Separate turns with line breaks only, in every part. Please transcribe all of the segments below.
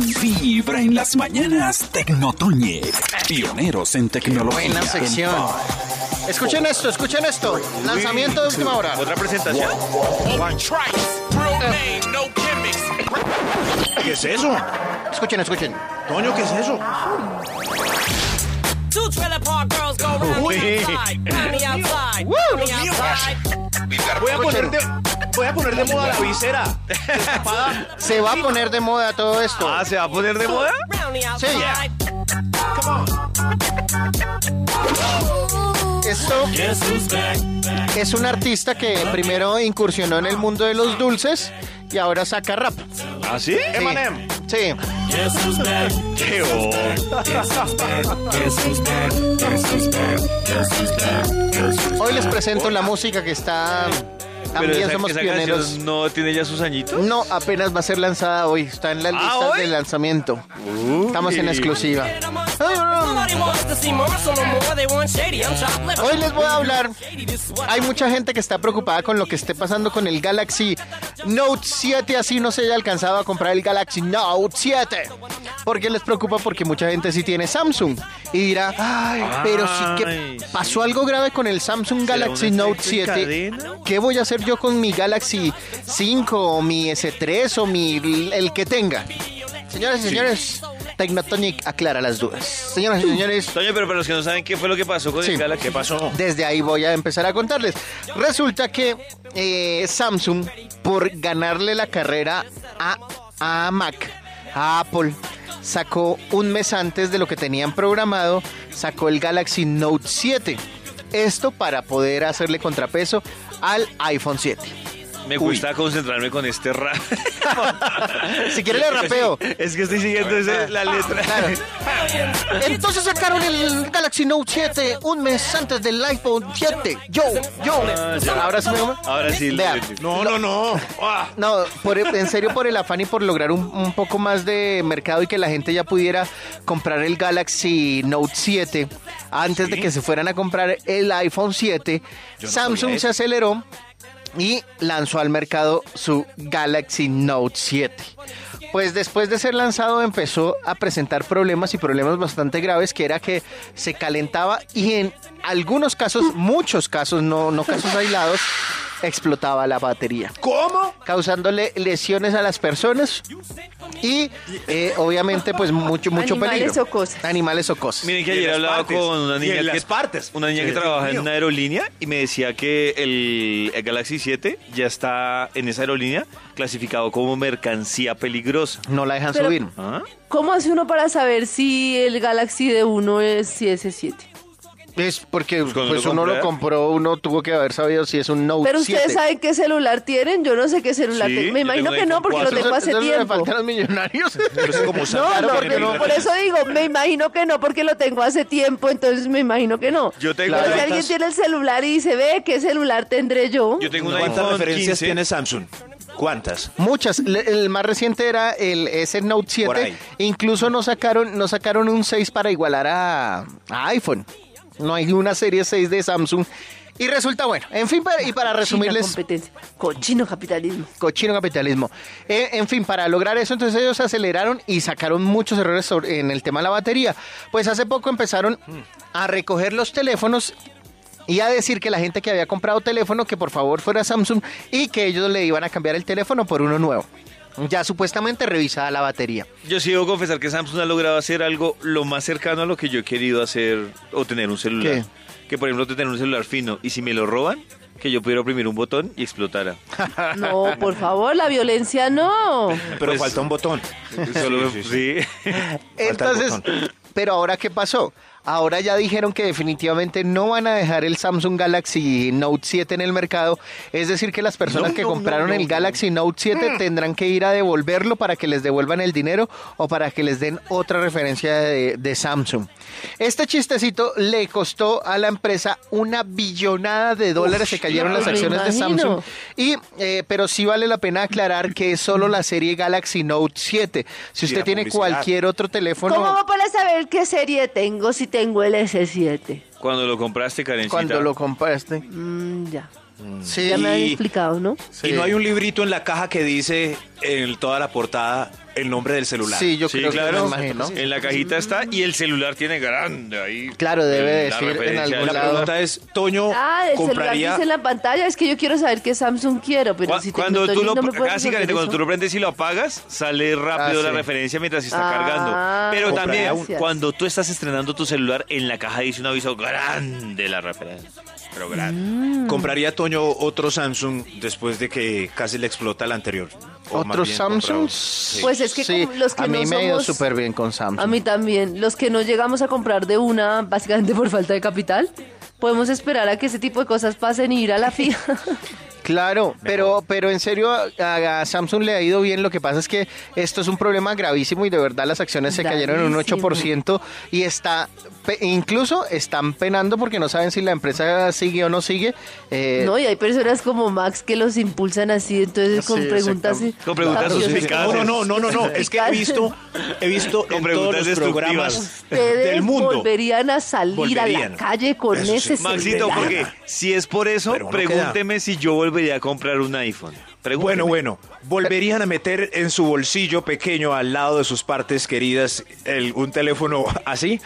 Vibra en las mañanas, Tecnotoñe. Pioneros en tecnología.
Buena sección. Escuchen esto, escuchen esto. Lanzamiento de última hora.
Otra presentación. ¿Qué es eso?
Escuchen, escuchen.
Toño, ¿qué es eso?
Two trailer park girls go round
Uy.
the outside, round the outside,
Woo,
round
Dios
the
mío.
outside.
Voy a poner de, voy a poner de moda la visera. Destapada.
Se va a poner de moda todo esto.
Ah, ¿se va a poner de moda?
Round the
Sí.
outside.
Esto es un artista que primero incursionó en el mundo de los dulces y ahora saca rap. Sí.
¿Ah, sí? Emanem.
Sí.
Qué bo-
Hoy les presento la música que está.
Pero
También
esa,
somos
esa
pioneros.
canción no tiene ya sus añitos.
No, apenas va a ser lanzada hoy. Está en las
¿Ah,
listas
hoy?
de lanzamiento. Estamos en exclusiva.
Nobody wants to see more, so no more. They want shady. I'm chopped liver.
Hoy les voy a hablar.
Shady this is what
Hay mucha gente que está preocupada con lo que esté pasando con el Galaxy Note 7. Así no se haya alcanzado a comprar el Galaxy Note 7. Porque les preocupa porque mucha gente sí tiene Samsung. Y dirá, ay, pero sí
Ay,
que
sí.
pasó algo grave con el Samsung
¿Será
Galaxy
un
Note
efecto
7.
cadena?
¿Qué voy a hacer yo con mi Galaxy 5 o mi S3 o mi el que tenga? Señoras y señores, Technotonic aclara las dudas. Señoras y señores,
Toño, pero para los que no saben qué fue lo que pasó con
Sí.
el Galaxy, ¿qué pasó?
desde ahí voy a empezar a contarles. Resulta que eh, Samsung, por ganarle la carrera a, a Mac, a Apple, sacó un mes antes de lo que tenían programado, sacó el Galaxy Note 7. Esto para poder hacerle contrapeso al iPhone 7.
Me gusta concentrarme con este rap.
Si quiere le rapeo.
Es que estoy siguiendo ese- la letra.
Claro. Entonces sacaron el Galaxy Note 7 un mes antes del iPhone 7. Yo, yo. Ahora sí, mi amor.
Ah, Ahora sí.
Vea,
No, no, no. Ah,
No, por- en serio por el afán y por lograr un, un poco más de mercado y que la gente ya pudiera comprar el Galaxy Note 7 antes de que se fueran a comprar el iPhone 7, Samsung se aceleró y lanzó al mercado su Galaxy Note 7. Pues después de ser lanzado empezó a presentar problemas y problemas bastante graves que era que se calentaba y en algunos casos, muchos casos, no, no casos aislados, explotaba la batería
¿Cómo?
causándole lesiones a las personas y eh, obviamente pues mucho mucho
Animales
peligro.
o cosas.
Animales o cosas.
Miren que
Y en
ayer
las
hablaba
partes,
con una
y
niña
en
que,
las partes.
Una niña que
Dios
trabaja en
mío.
una aerolínea y me decía que el, el Galaxy 7 ya está en esa aerolínea clasificado como mercancía peligrosa.
No la dejan
Pero-
subir.
¿Ah?
¿Cómo hace uno para saber si el Galaxy de uno es si es S7?
Es porque pues,
Pues cuando lo
uno
compré.
lo compró, uno tuvo que haber sabido si es un Note
Pero ustedes
7.
saben qué celular tienen, yo no sé qué celular
Sí,
tengo. Me
yo
imagino
tengo
que no,
iPhone
porque lo
cuatro.
tengo hace
Entonces, le
tiempo.
faltan los millonarios.
Pero es como
No,
sacar
no,
porque
porque
no-
por eso digo, me imagino que no, porque lo tengo hace tiempo, entonces me imagino que no.
Yo tengo
Pero si
notas.
alguien tiene el celular y dice, ve, ¿qué celular tendré yo?
Yo tengo un
¿Cuántas
iPhone
referencias
15.
tiene Samsung? ¿Cuántas?
Muchas. Le- el más reciente era el ese Note
Por
7.
ahí.
Incluso no sacaron, no sacaron un 6 para igualar a, a iPhone. No hay una serie 6 de Samsung. Y resulta bueno. En fin, para- y para
Cochina
resumirles,
competencia, cochino capitalismo.
cochino capitalismo. Eh, en fin, para lograr eso, entonces ellos aceleraron y sacaron muchos errores sobre- en el tema de la batería. Pues hace poco empezaron a recoger los teléfonos y a decir que la gente que había comprado teléfono, que por favor fuera Samsung y que ellos le iban a cambiar el teléfono por uno nuevo. Ya supuestamente revisada la batería.
Yo sí debo confesar que Samsung ha logrado hacer algo lo más cercano a lo que yo he querido hacer o tener un celular. Que por ejemplo tener un celular fino y si me lo roban, que yo pudiera oprimir un botón y explotara.
No, por favor, la violencia no.
Pero
Pues-
falta un botón.
Solo me- sí.
Falta el
Entonces,
botón.
pero ahora qué pasó? Ahora ya dijeron que definitivamente no van a dejar el Samsung Galaxy Note 7 en el mercado. Es decir, que las personas que compraron el Galaxy Note 7
Hmm.
tendrán que ir a devolverlo para que les devuelvan el dinero o para que les den otra referencia de, de Samsung. Este chistecito le costó a la empresa una billonada de dólares. Se cayeron
claro,
las
me
acciones de
imagino.
Samsung. Y, eh, pero sí vale la pena aclarar que es solo la serie Galaxy Note 7. Si
Y
usted
la
tiene
publicidad.
cualquier otro teléfono...
¿Cómo va para saber qué serie tengo si tengo el S7?
Cuando lo compraste, Karencita.
Cuando lo compraste.
Mm, ya.
Sí.
Ya me han
Y-
explicado, ¿no?
sí.
Y no hay un librito en la caja que dice en toda la portada el nombre del celular.
Sí, yo
Sí,
creo que
claro.
me imagino.
En la cajita está y el celular tiene grande ahí. Eh,
Claro, debe
La
decir en
referencia
algún
del
La
lado.
celular.
pregunta es, Toño,
Ah, el celular
¿compraría
dice en la pantalla. Es que yo quiero saber qué Samsung quiero, pero
Cu-
si
Cuando tú lo
Tecnotoño no me puede
ah, sí,
resolver
Carita, cuando
eso.
tú lo prendes y lo apagas, sale rápido
Ah,
la
sí.
referencia mientras se está
Ah,
cargando. Pero
compraría
también
uno.
cuando tú estás estrenando tu celular en la caja dice un aviso grande la referencia, pero grande.
¿Compraría Toño otro Samsung después de que casi le explota el anterior? O más
¿Otro
bien
Samsung?
compra- sí.
Pues es que
Sí,
como los que
a mí
no
me ha ido
somos-
súper bien con Samsung.
A mí también. Los que no llegamos a comprar de una, básicamente por falta de capital, podemos esperar a que ese tipo de cosas pasen y ir a la fija.
Claro, pero, pero en serio a, a Samsung le ha ido bien. Lo que pasa es que esto es un problema gravísimo y de verdad las acciones se cayeron en un
Gravísimo.
8% y está pe- incluso están penando porque no saben si la empresa sigue o no sigue. Eh,
no, y hay personas como Max que los impulsan así, entonces
Sí,
con preguntas.
exactamente.
Con preguntas
Tan curiosas.
suspicaces.
No, no, no, no, no. Es que he visto, he visto
Con
en
preguntas
todos los
destructivas.
programas
Ustedes
del mundo.
volverían a salir a
Volverían.
la calle con
Eso sí.
ese
Maxito,
celular.
porque si es por eso,
Pero uno
pregúnteme si yo volvería a comprar un iPhone. Pregúnteme.
Bueno, bueno, volverían a meter en su bolsillo pequeño al lado de sus partes queridas el- un teléfono así.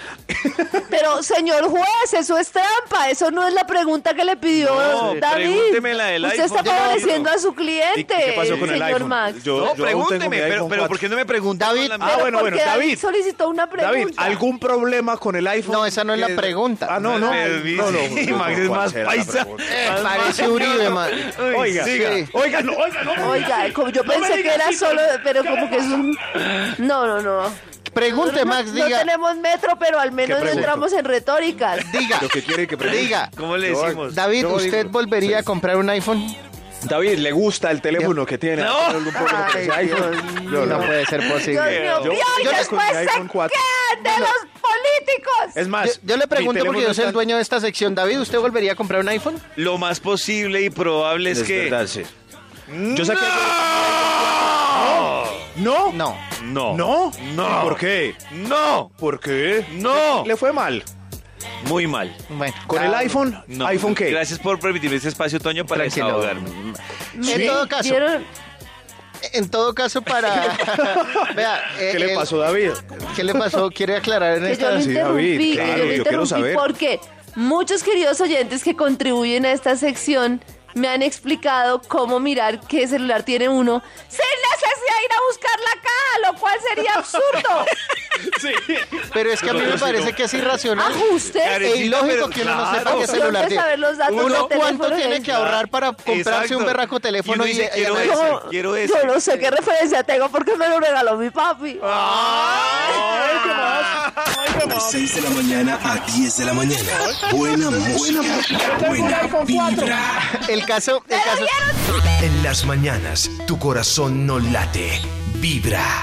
Pero señor juez, eso es trampa, eso no es la pregunta que le pidió
No,
David.
pregúnteme la del
Usted
iPhone.
está favoreciendo
No.
a su
¿Y
cliente,
qué pasó con el
señor
iPhone?
Max.
Yo-
no,
yo aún tengo mi
pregúnteme, pero,
iPhone
pero
4.
¿por qué no me pregunta
David,
con la
ah,
Pero
misma-
bueno,
porque
bueno, David.
solicitó una pregunta.
David, ¿algún problema con el iPhone?
No, esa no es la
Eh,
pregunta.
Ah, no, no.
Eh, Sí,
no, no, no,
Max
no,
es
¿cuál
más
será la
paisa.
pregunta?
eh,
Más
parece
paisa.
Uribe, man.
Uy,
Oiga,
sí.
siga. oiga, no, oiga, no.
Oiga, como yo pensé que era solo, pero como que es un... No, no, no.
Pregunte,
No, no,
Max,
no
diga,
tenemos metro, pero al menos no
pregunto?
entramos en retóricas.
diga,
Lo que quiere que pregunte.
diga.
¿Cómo le
Yo-
decimos?
David,
Yo
¿usted
digo,
volvería
sí.
a comprar un iPhone?
David, ¿le gusta el teléfono que tiene?
No.
¿Tiene algún problema con ese
Ay,
iPhone?
Dios,
Yo
no
no. pues,
puede ser
Dios
posible.
mío,
yo-
y hoy
yo le
después
escondí
se
iPhone 4.
quejan de los políticos.
Es
Yo,
más,
yo le
Ah, mi
pregunto porque
teléfono
yo soy el
está-
dueño de esta sección. David, ¿usted volvería a comprar un iPhone?
Lo más posible y probable es,
Es
que
verdad, sí. Yo saqué. No.
No.
no.
¿No?
No.
¿Por qué?
No.
¿Por qué?
No.
Le fue mal.
Muy mal.
Bueno, Ah,
¿Con
ya-
el iPhone?
No.
¿iPhone qué?
Gracias por permitirme este espacio, Toño, para
Tranquilo.
desahogarme.
En todo caso,
¿Vieron?
en todo caso para... Vea, eh,
¿Qué le
el-
pasó, David?
¿Qué le pasó? ¿Quiere aclarar en
que
esta?
yo lo
Sí,
interrumpí,
David,
que yo
claro, yo
lo
quiero
interrumpí
saber.
porque muchos queridos oyentes que contribuyen a esta sección me han explicado cómo mirar qué celular tiene uno sin necesidad de ir a buscar la caja, lo cual sería absurdo.
Pero es que a mí me parece que es
Ah,
irracional.
Ajustes.
E ilógico
pero
que uno no sepa
claro.
qué celular
Yo de
tiene.
saber los datos del
Uno cuánto
teléfono
tiene
de-
que ahorrar para comprarse
Exacto.
un berraco teléfono y,
Y uno dice,
y-
quiero
y-
ese.
Yo,
quiero
yo
ese.
no sé qué referencia tengo porque me lo regaló mi papi.
De 6 de la mañana a 10 de la mañana. Buena música. Buena vibra.
el caso, el caso
En las mañanas, tu corazón no late, vibra.